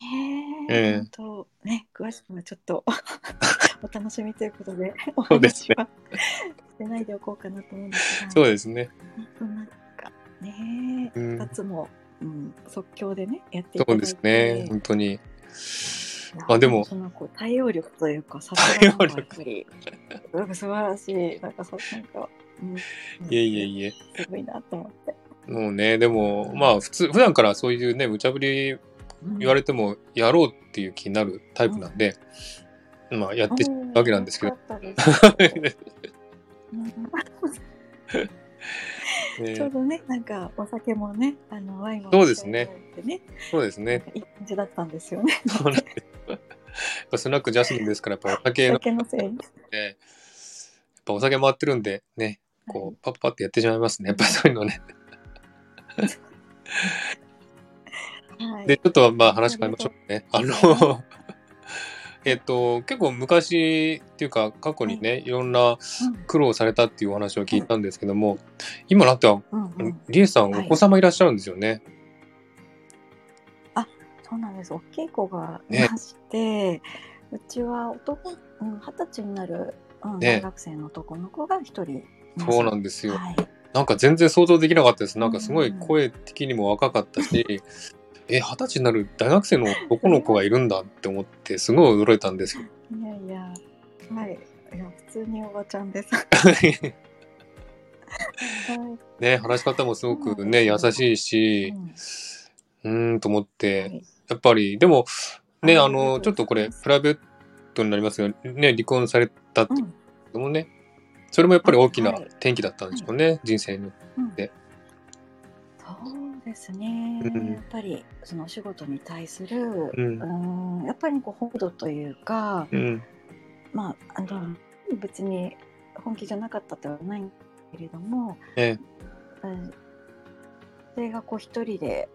Speaker 2: へ
Speaker 1: ええ
Speaker 2: え、本当ね、詳しくはちょっ とお楽しみということで、お
Speaker 1: そうです
Speaker 2: 話はしてないでおこうかなと思うんですが、
Speaker 1: そうですね
Speaker 2: そんなつも、うん、即興でねやってい
Speaker 1: そ
Speaker 2: ただ
Speaker 1: う
Speaker 2: い
Speaker 1: で
Speaker 2: て
Speaker 1: すね、本当に。
Speaker 2: いや
Speaker 1: あでも
Speaker 2: そのこう対応力というかさすがなんか
Speaker 1: 対応力
Speaker 2: やっぱりなんか素晴らしいなんかそうなんか、うん、
Speaker 1: いえいえ
Speaker 2: え
Speaker 1: いえ。
Speaker 2: すごいなと思って、
Speaker 1: もうね、でも、まあ、普通、普段からそういうね、無茶ぶり言わ
Speaker 2: れ
Speaker 1: れても、やろうっていう気になるタイプなんで、まあ、やってし まうわけなんですけど。 ね
Speaker 2: ちょうどねなんかお酒もねあのワインも
Speaker 1: そうですね
Speaker 2: でね
Speaker 1: そうですね。
Speaker 2: いい感じだったんですよね
Speaker 1: そうなんですやっぱスナックジャスミンですから、やっぱお酒
Speaker 2: お
Speaker 1: なん
Speaker 2: 酒のせいに
Speaker 1: で、やっぱお酒回ってるんで、ね、こう、パッパってやってしまいますね。やっぱそういうのね。
Speaker 2: はい
Speaker 1: で、ちょっとまあ話変えましょうね。あの、 えっと、結構昔っていうか、過去にね、いろんな苦労されたっていうお話を聞いたんですけども、今なっては、
Speaker 2: うんうんうん
Speaker 1: リエさん、
Speaker 2: はい
Speaker 1: お子様いらっしゃるんですよね。
Speaker 2: そうなんです。大きい子がい
Speaker 1: ね
Speaker 2: まして、うちは男、うん、二十歳になる、うん
Speaker 1: ね
Speaker 2: 大学生の男の子が一人います。
Speaker 1: そうな
Speaker 2: で
Speaker 1: んですよ。
Speaker 2: はい。
Speaker 1: なんか全然想像できなかったです。なんかすごい
Speaker 2: うん
Speaker 1: 声的にも若かったし、 え、二十歳になる大学生の男の子がいるんだって思って、すごい驚いたんですよ。
Speaker 2: いやいや、はい。いや普通におばちゃ んです。はい
Speaker 1: ね、話し方もすごくね、
Speaker 2: そうなん
Speaker 1: 優
Speaker 2: ですよ
Speaker 1: しいし、うーんと思っ
Speaker 2: は
Speaker 1: て、
Speaker 2: い
Speaker 1: やっぱり、でも、ね、
Speaker 2: あ
Speaker 1: あの、ちょっとこれ、プライベートになりますよね、離婚されたって
Speaker 2: う
Speaker 1: いうんのもね、それもやっぱり大きな
Speaker 2: はい
Speaker 1: 転機だったんでしょうね、人生の。
Speaker 2: うん
Speaker 1: で
Speaker 2: そうですね、
Speaker 1: うん
Speaker 2: やっぱりそのお仕事に対する、
Speaker 1: う。
Speaker 2: うんん、やっぱりこう本土というか、
Speaker 1: うん。
Speaker 2: まあ、あの別に本気じゃなかったとはないんだけれども、
Speaker 1: ええ
Speaker 2: うんそれがこう一人で、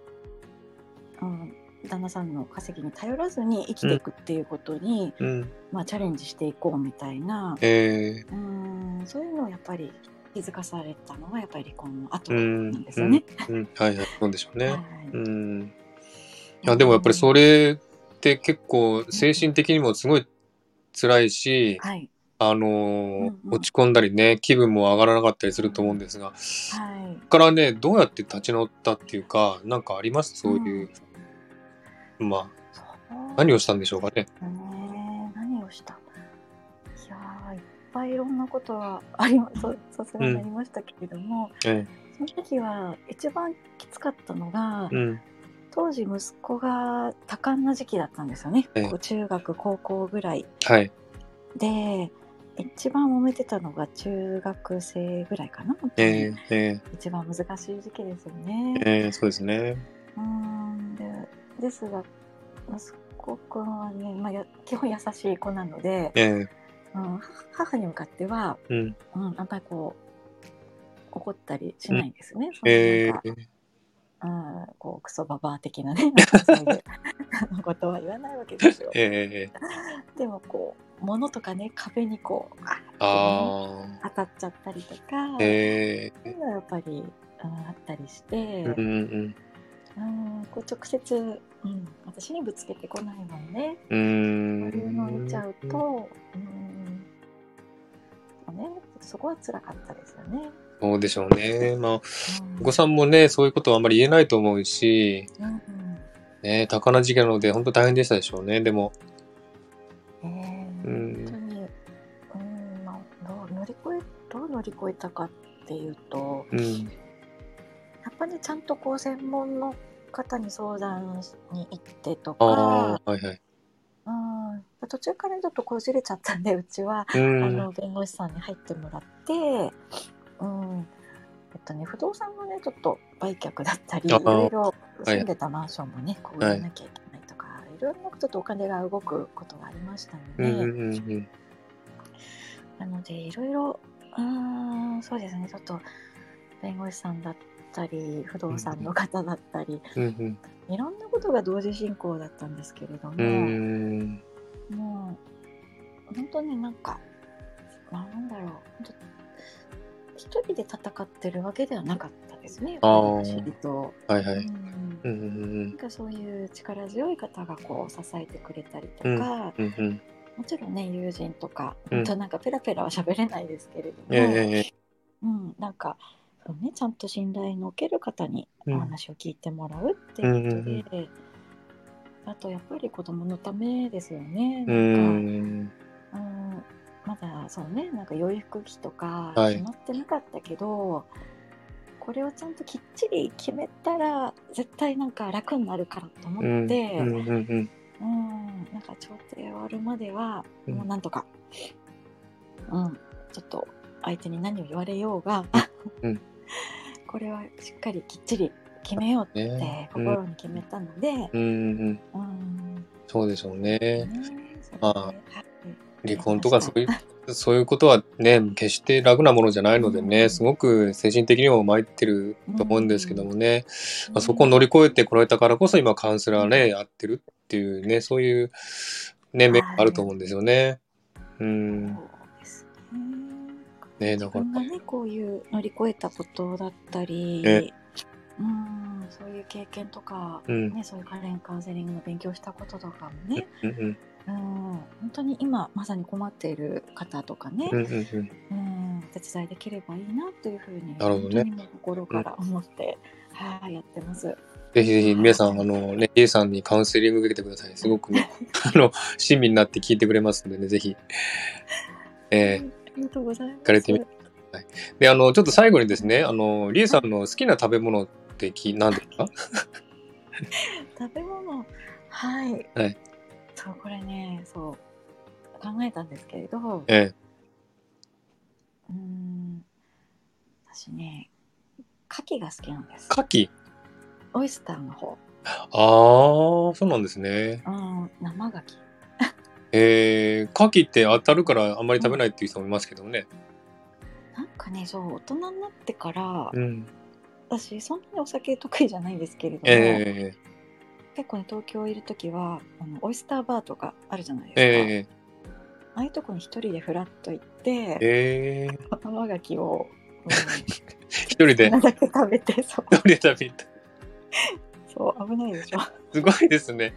Speaker 2: うん、旦那さんの稼ぎに頼らずに生きていくっていうことに、
Speaker 1: うん。
Speaker 2: まあ、チャレンジしていこうみたいな、
Speaker 1: えー、
Speaker 2: うん、そういうのをやっぱり気づかされたのはやっぱり離婚の後
Speaker 1: う。
Speaker 2: なんんですよね。
Speaker 1: うん。うんはいはい、そうでしょう
Speaker 2: は
Speaker 1: ね。
Speaker 2: い
Speaker 1: うん。いや、でもやっぱりそれって結構、精神的にもすごい辛いし、
Speaker 2: はい、
Speaker 1: あのー
Speaker 2: うんうん
Speaker 1: 落ち込んだりね、気分も上がらなかったりすると思うんですが、
Speaker 2: はい
Speaker 1: そこからね、どうやって立ち直ったっていうか、なんかありますそういう、まあ、
Speaker 2: そう
Speaker 1: 何をしたんでしょうかね。
Speaker 2: ね何をしたいやーいっぱいいろんなことはありまささすがにありましたけれども、
Speaker 1: え
Speaker 2: その時は一番きつかったのが、
Speaker 1: え、うん、
Speaker 2: 当時息子が多感な時期だったんですよね、
Speaker 1: ええ
Speaker 2: こう中学高校ぐらい
Speaker 1: はい、
Speaker 2: で一番揉めてたのが中学生ぐらいかな、
Speaker 1: ええ、ええ、
Speaker 2: 一番難しい時期ですよね。
Speaker 1: ええ、そうですね。
Speaker 2: うーんでですが息子くんはね、まあ、や基本優しい子なので、
Speaker 1: ええ、
Speaker 2: うん、母母に向かっては、
Speaker 1: うん、
Speaker 2: うん、あんまりこう怒ったりしないんですね。その
Speaker 1: ええ
Speaker 2: なんか、うん、こうクソババア的なねなんかそういう あのことは言わないわけですよ。
Speaker 1: ええ、
Speaker 2: でもこう物とかね壁にこうあ
Speaker 1: ああ、
Speaker 2: 当たっちゃったりとか、
Speaker 1: え
Speaker 2: そう
Speaker 1: え、
Speaker 2: いうのはやっぱり、うん、あったりして、
Speaker 1: うん、うん、
Speaker 2: うん、こう直接、うん、私にぶつけてこないもんね。
Speaker 1: う。
Speaker 2: そういうんのを見ちゃうと、うん、そうね、そこは辛かったですよね。
Speaker 1: そうでしょうね。まあ、
Speaker 2: うん
Speaker 1: お子さんもね、そういうことはあんまり言えないと思うし、
Speaker 2: うん
Speaker 1: ね、高な時期なので、本当大変でしたでしょうね。でも、
Speaker 2: うんねえ
Speaker 1: うん
Speaker 2: 本当に、うんまあ、どう乗り越えどう乗り越えたかっていうと、
Speaker 1: うん、
Speaker 2: やっぱりちゃんとこう専門の方に相談に行ってと
Speaker 1: あ
Speaker 2: か、
Speaker 1: あ、はいはい。
Speaker 2: うん、途中からちょっとこじれちゃったんでうちは
Speaker 1: う
Speaker 2: あ
Speaker 1: ん
Speaker 2: の、弁護士さんに入ってもらって、うんえっとね、不動産のねちょっと売却だったりい
Speaker 1: あー
Speaker 2: ろいろ
Speaker 1: い
Speaker 2: 住んでたマンションもね、こう売らなきゃいけないとか、い、ろんなこととお金が動くことがありましたので、
Speaker 1: うん、うん、うん、
Speaker 2: なのでいろいろうーんそうですねちょっと弁護士さんだったり不動産の方だったり、
Speaker 1: うん、
Speaker 2: いろんなことが同時進行だったんですけれども、
Speaker 1: うん、
Speaker 2: もう本当になんか、まあ、なんだろう本当一人で戦ってるわけではなかったですね
Speaker 1: あー
Speaker 2: 知りと、。
Speaker 1: はいはいうう
Speaker 2: ん
Speaker 1: ん、うん、うん
Speaker 2: なん。かそういう力強い方がこう支えてくれたりと
Speaker 1: う
Speaker 2: か、
Speaker 1: ん
Speaker 2: も
Speaker 1: うんうん
Speaker 2: ちろんね友人とか、
Speaker 1: うん
Speaker 2: 本当なんかペラペラは喋れないですけれども、
Speaker 1: ええええ
Speaker 2: うん、なんかとねちゃんと信頼のおける方に
Speaker 1: う
Speaker 2: お
Speaker 1: ん
Speaker 2: 話を聞いてもらうっていうことで、あとやっぱり子どものためですよね。
Speaker 1: う
Speaker 2: なん
Speaker 1: ん。
Speaker 2: かうんまだそうねなんか養育費とか
Speaker 1: はい
Speaker 2: 決まってなかったけど、これをちゃんときっちり決めたら絶対なんか楽になるからと思
Speaker 1: うん。うん。
Speaker 2: って。
Speaker 1: うん。
Speaker 2: うん、なんか調停終わるまでは、
Speaker 1: うん
Speaker 2: もうなんとか、うん、ちょっと相手に何を言われようが、あ
Speaker 1: うん
Speaker 2: これはしっかりきっちり決めようっ
Speaker 1: ね
Speaker 2: て。
Speaker 1: うん。
Speaker 2: 心に決めたので、
Speaker 1: うんうん。
Speaker 2: うん、
Speaker 1: そうでしょう
Speaker 2: ね
Speaker 1: ね。
Speaker 2: そう
Speaker 1: まあ
Speaker 2: はい
Speaker 1: 離婚とかそういう、そういうことはね、決して楽なものじゃないので
Speaker 2: う
Speaker 1: ね、
Speaker 2: ん
Speaker 1: すごく精神的にも参ってると思うんですけどもね、まあ、そこを
Speaker 2: ね
Speaker 1: 乗り越えてこられたからこそ今カウンセラーね、やってるっていうね、そういうね、面があると思うんですよね。う
Speaker 2: そ
Speaker 1: ん。
Speaker 2: うですね
Speaker 1: ね、
Speaker 2: 自
Speaker 1: だから
Speaker 2: 分。がねこういう乗り越えたことだったり、
Speaker 1: え
Speaker 2: うんそういう経験とか、
Speaker 1: うん
Speaker 2: ね、そういうカレンカウンセリングの勉強したこととかもね、
Speaker 1: うんうん
Speaker 2: うん、本当に今まさに困っている方とかね
Speaker 1: う、んうんうん。
Speaker 2: うん、お手伝いできればいいなというふうに
Speaker 1: なるほどね
Speaker 2: 本当にもう心から思って、はいやってます。
Speaker 1: ぜひぜひ皆さん、あのね、A さんにカウンセリング受けてください。すごく ね、あの、親身になって聞いてくれますのでね、ぜひ。え
Speaker 2: はいありがとうございます。
Speaker 1: かれてみーで、あの、ちょっと最後にですね、あの、リエさんの好きな食べ物ってき、何ですか
Speaker 2: 食べ物はい、
Speaker 1: はい
Speaker 2: そうこれねそう考えたんですけれどう
Speaker 1: え
Speaker 2: ーん私ね牡蠣が好きなんです
Speaker 1: え、牡蠣
Speaker 2: オイスターの方、
Speaker 1: ああ、そうなんですね。
Speaker 2: うん、生牡蠣
Speaker 1: ええ牡蠣って当たるからあんまり食べないっていう人もいますけどね。
Speaker 2: なんかねそう大人になってから、
Speaker 1: うん。
Speaker 2: 私そんなにお酒得意じゃないんですけれども、
Speaker 1: ええ
Speaker 2: 結構ね東京いる時はあのオイスターバーとかあるじゃないですか、
Speaker 1: え
Speaker 2: ああいうとこに一人でフラッと行って
Speaker 1: え、ええ
Speaker 2: 生牡蠣を、うん、好
Speaker 1: 一人 で
Speaker 2: き、 なだけ食べてそう
Speaker 1: 一人で食べた。
Speaker 2: そう危ないでしょ
Speaker 1: すごいですね。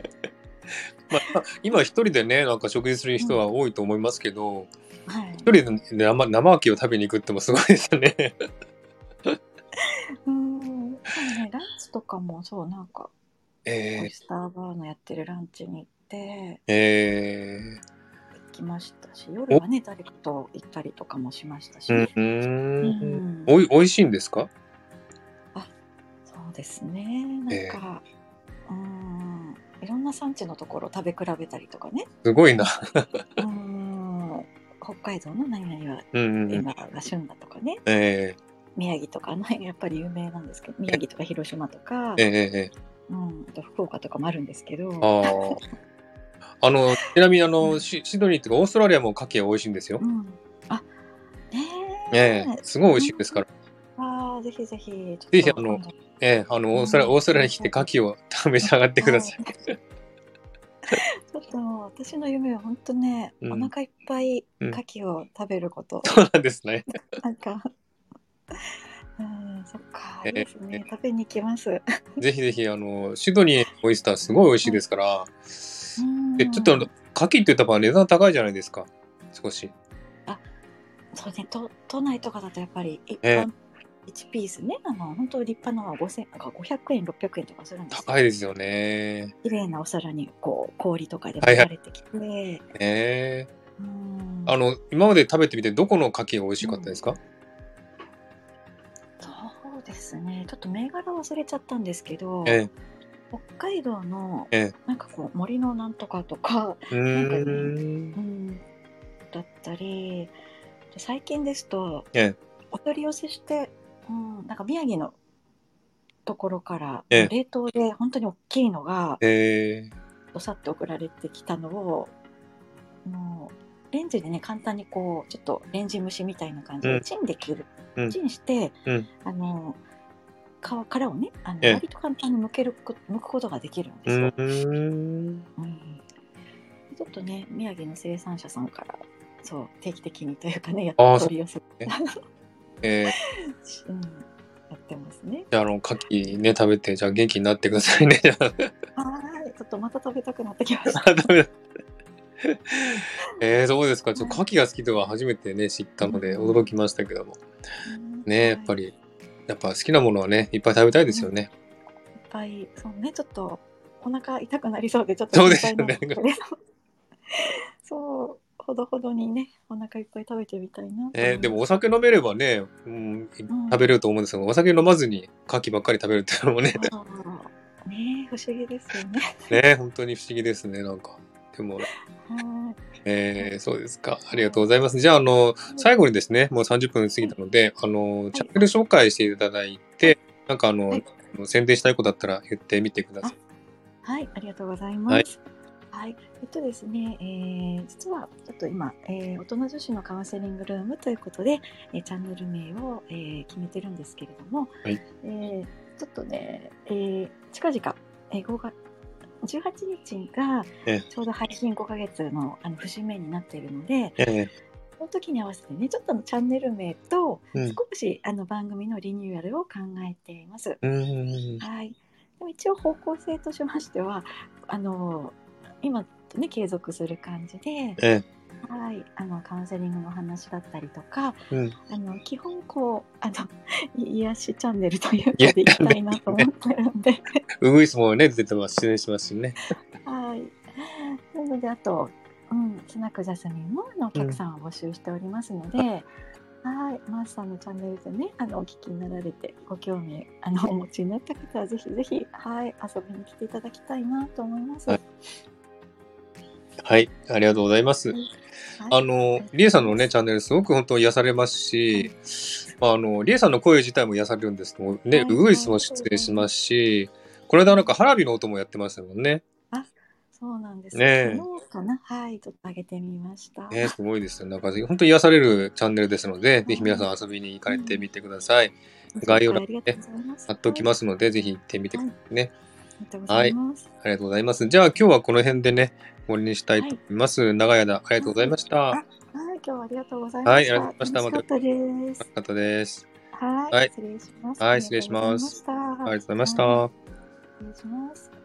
Speaker 1: まあ、今一人でね、なんか食事する人は多いと思いますけど、
Speaker 2: はい
Speaker 1: 一、人で生生牡蠣を食べに行くってもすごいですよね。
Speaker 2: うんでもねランチとかもそうなんかオ
Speaker 1: え
Speaker 2: イスターバーのやってるランチに行って
Speaker 1: ええ
Speaker 2: 行きましたし夜はね誰かと行ったりとかもしましたし、
Speaker 1: えう。
Speaker 2: うんん
Speaker 1: おい、美味しいんですか
Speaker 2: そうですねなんか、うんいろんな産地のところ食べ比べたりとかね
Speaker 1: すごいな。
Speaker 2: うん北海道の何々は
Speaker 1: うんうんうん。
Speaker 2: 今が旬だとかね
Speaker 1: え
Speaker 2: 宮城とか のやっぱり有名なんですけど宮城とか広島とか
Speaker 1: え、え、ええ。
Speaker 2: うん、あと福岡とかもあるんですけど。
Speaker 1: ああ。あの、ちなみにあ
Speaker 2: う
Speaker 1: の、
Speaker 2: ん
Speaker 1: シシドニーっていうかオーストラリアも牡蠣は美味しいんですよ
Speaker 2: う。ん、あね
Speaker 1: え
Speaker 2: え
Speaker 1: えすごい美味しいですから。
Speaker 2: ああぜひぜひちょっと
Speaker 1: ぜひあの
Speaker 2: 今度
Speaker 1: ええあの、オーストラリア、
Speaker 2: うん
Speaker 1: オーストラリアに来て牡蠣を 召し上がってくだ さい。
Speaker 2: はいちょっともう私の夢は本当ね、
Speaker 1: うん
Speaker 2: お腹いっぱい
Speaker 1: うん
Speaker 2: 牡蠣を食べ ること、
Speaker 1: そうなんですね。
Speaker 2: なんかうんそっか
Speaker 1: え
Speaker 2: い
Speaker 1: え
Speaker 2: いですね、食べに行きます
Speaker 1: ぜひぜひ、あの、シドニーのオイスターすごい美味しいですから、
Speaker 2: うん
Speaker 1: えちょっとあの、牡蠣って言ったら値段高いじゃないですか。少し。
Speaker 2: そうね都都内とかだとやっぱり一
Speaker 1: ええ
Speaker 2: 般1ピースねあの本当立派なのは5000なんか500円600円とかするんですよ
Speaker 1: 高いですよね。
Speaker 2: 綺麗なお皿にこう氷とかで
Speaker 1: はい
Speaker 2: 盛
Speaker 1: はい
Speaker 2: られてきて、
Speaker 1: ええ
Speaker 2: うん
Speaker 1: あの、今まで食べてみて、どこの牡蠣が美味しかったですか、
Speaker 2: そうですねちょっと銘柄忘れちゃったんですけど、
Speaker 1: え
Speaker 2: 北海道の
Speaker 1: え
Speaker 2: なんかこう森のなんとかとか、
Speaker 1: えうーん。
Speaker 2: うん、だったりで最近ですと、
Speaker 1: ええ
Speaker 2: お取り寄せして、うん、なんか宮城のところから、
Speaker 1: ええ
Speaker 2: 冷凍で本当に大きいのが
Speaker 1: ええ
Speaker 2: どさっと送られてきたのをもうレンジでね簡単にこうちょっとレンジ蒸しみたいな感じ
Speaker 1: うん
Speaker 2: でチンできる、
Speaker 1: うん
Speaker 2: チンして、
Speaker 1: うん
Speaker 2: あの皮からをねあの
Speaker 1: ええ
Speaker 2: 割と簡単に剥けるこ剥くことができるんで
Speaker 1: う
Speaker 2: すよ、
Speaker 1: ーん。
Speaker 2: うんちょっとね宮城の生産者さんからそう定期的にというかねやっ
Speaker 1: あー
Speaker 2: 取り寄せ、
Speaker 1: ええ
Speaker 2: うん、やってますね
Speaker 1: じゃあ、あの、牡蠣ね、食べて、じゃあ元気になってくださいね。
Speaker 2: はーいちょっとまた食べたくなってきました
Speaker 1: あダメだえー、そうですか。ちょっと牡蠣が好きとは初めてね、知ったので
Speaker 2: うん
Speaker 1: 驚きましたけども。ね、やっぱりやっぱ好きなものはね、いっぱい食べたいですよね。
Speaker 2: いっぱいそうねちょっとお腹痛くなりそうでちょっと
Speaker 1: そうで
Speaker 2: 心
Speaker 1: すよね
Speaker 2: 配なんですけれどそうほどほどにねお腹いっぱい食べてみたいなと思います
Speaker 1: えーでもお酒飲めればね、うん、食べれると思うんですけど、お酒飲まずに牡蠣ばっかり食べるっていうのもね、
Speaker 2: あーねえ不思議ですよね
Speaker 1: ね、本当に不思議ですね、なんか。でも、
Speaker 2: は
Speaker 1: えーそうですか。ありがとうございます。じゃあ、あの、最後にですね、もう30分過ぎたので、あの、チャンネル紹介していただいて、なんかあの、
Speaker 2: はい
Speaker 1: 宣伝したいことあったら言ってみてください。
Speaker 2: いはいありがとうございますはい、えっとですね、えー実はちょっと今、えー大人女子のカウンセリングルームということで、えーチャンネル名を、えー決めてるんですけれども、
Speaker 1: はい
Speaker 2: えーちょっとね、えー近々、えー、5月18日が
Speaker 1: え
Speaker 2: ちょうど配信5ヶ月のあの節目になっているので、
Speaker 1: え
Speaker 2: その時に合わせてねちょっとあのチャンネル名と
Speaker 1: えうん。
Speaker 2: 少しあの番組のリニューアルを考えています。
Speaker 1: うん。
Speaker 2: はい。でも一応方向性としましては、あの今とね継続する感じで、
Speaker 1: え
Speaker 2: はい、あのカウンセリングの話だったりとか、
Speaker 1: えうん。
Speaker 2: あの基本こうあの癒しチャンネルというかでいきたいなと思ってるんで、
Speaker 1: ウグイスもね、出てます。出演しますしね。
Speaker 2: はい。なのであと、うん、スナックジャスミンもあのお客さんを募集しておりますので。はい、マースさんのチャンネルでね、あのお聞きになられて、ご興味、あのお持ちになった方はぜひぜひ、はい、遊びに来ていただきたいなと思います。
Speaker 1: はいはい。ありがとうございます。あの、リエさんのね、チャンネルすごく本当癒されますし、まあ、あの、リエさんの声自体も癒されるんですけど、ね
Speaker 2: は、い
Speaker 1: ウグイスも出演しますし、この間なんか花火の音もやってましたもんね。
Speaker 2: そうなんです。
Speaker 1: ねえ
Speaker 2: 昨日かな、はい、ちょっと上げてみました。
Speaker 1: ね、すごいですよ。なんか、本当に癒されるチャンネルですので、ぜひ皆さん遊びに行かれてみてください。概要欄
Speaker 2: ありがとうございます。
Speaker 1: 貼っときますので、ぜひ行ってみてくださいね。
Speaker 2: はい。ありがとうございます。
Speaker 1: ありがとうございます。じゃあ、今日はこの辺でね、終わりにしたいと思います。長い間、ありがとうございました。
Speaker 2: い
Speaker 1: よ
Speaker 2: はい、今日はありがとうございました。
Speaker 1: はいありがとうございました
Speaker 2: 楽しかったです。
Speaker 1: かったです。
Speaker 2: は、
Speaker 1: はいい
Speaker 2: 失礼します。
Speaker 1: はい失礼します
Speaker 2: ありがとうご
Speaker 1: あり
Speaker 2: ざい
Speaker 1: がとうございまし
Speaker 2: は
Speaker 1: た。
Speaker 2: 失礼します。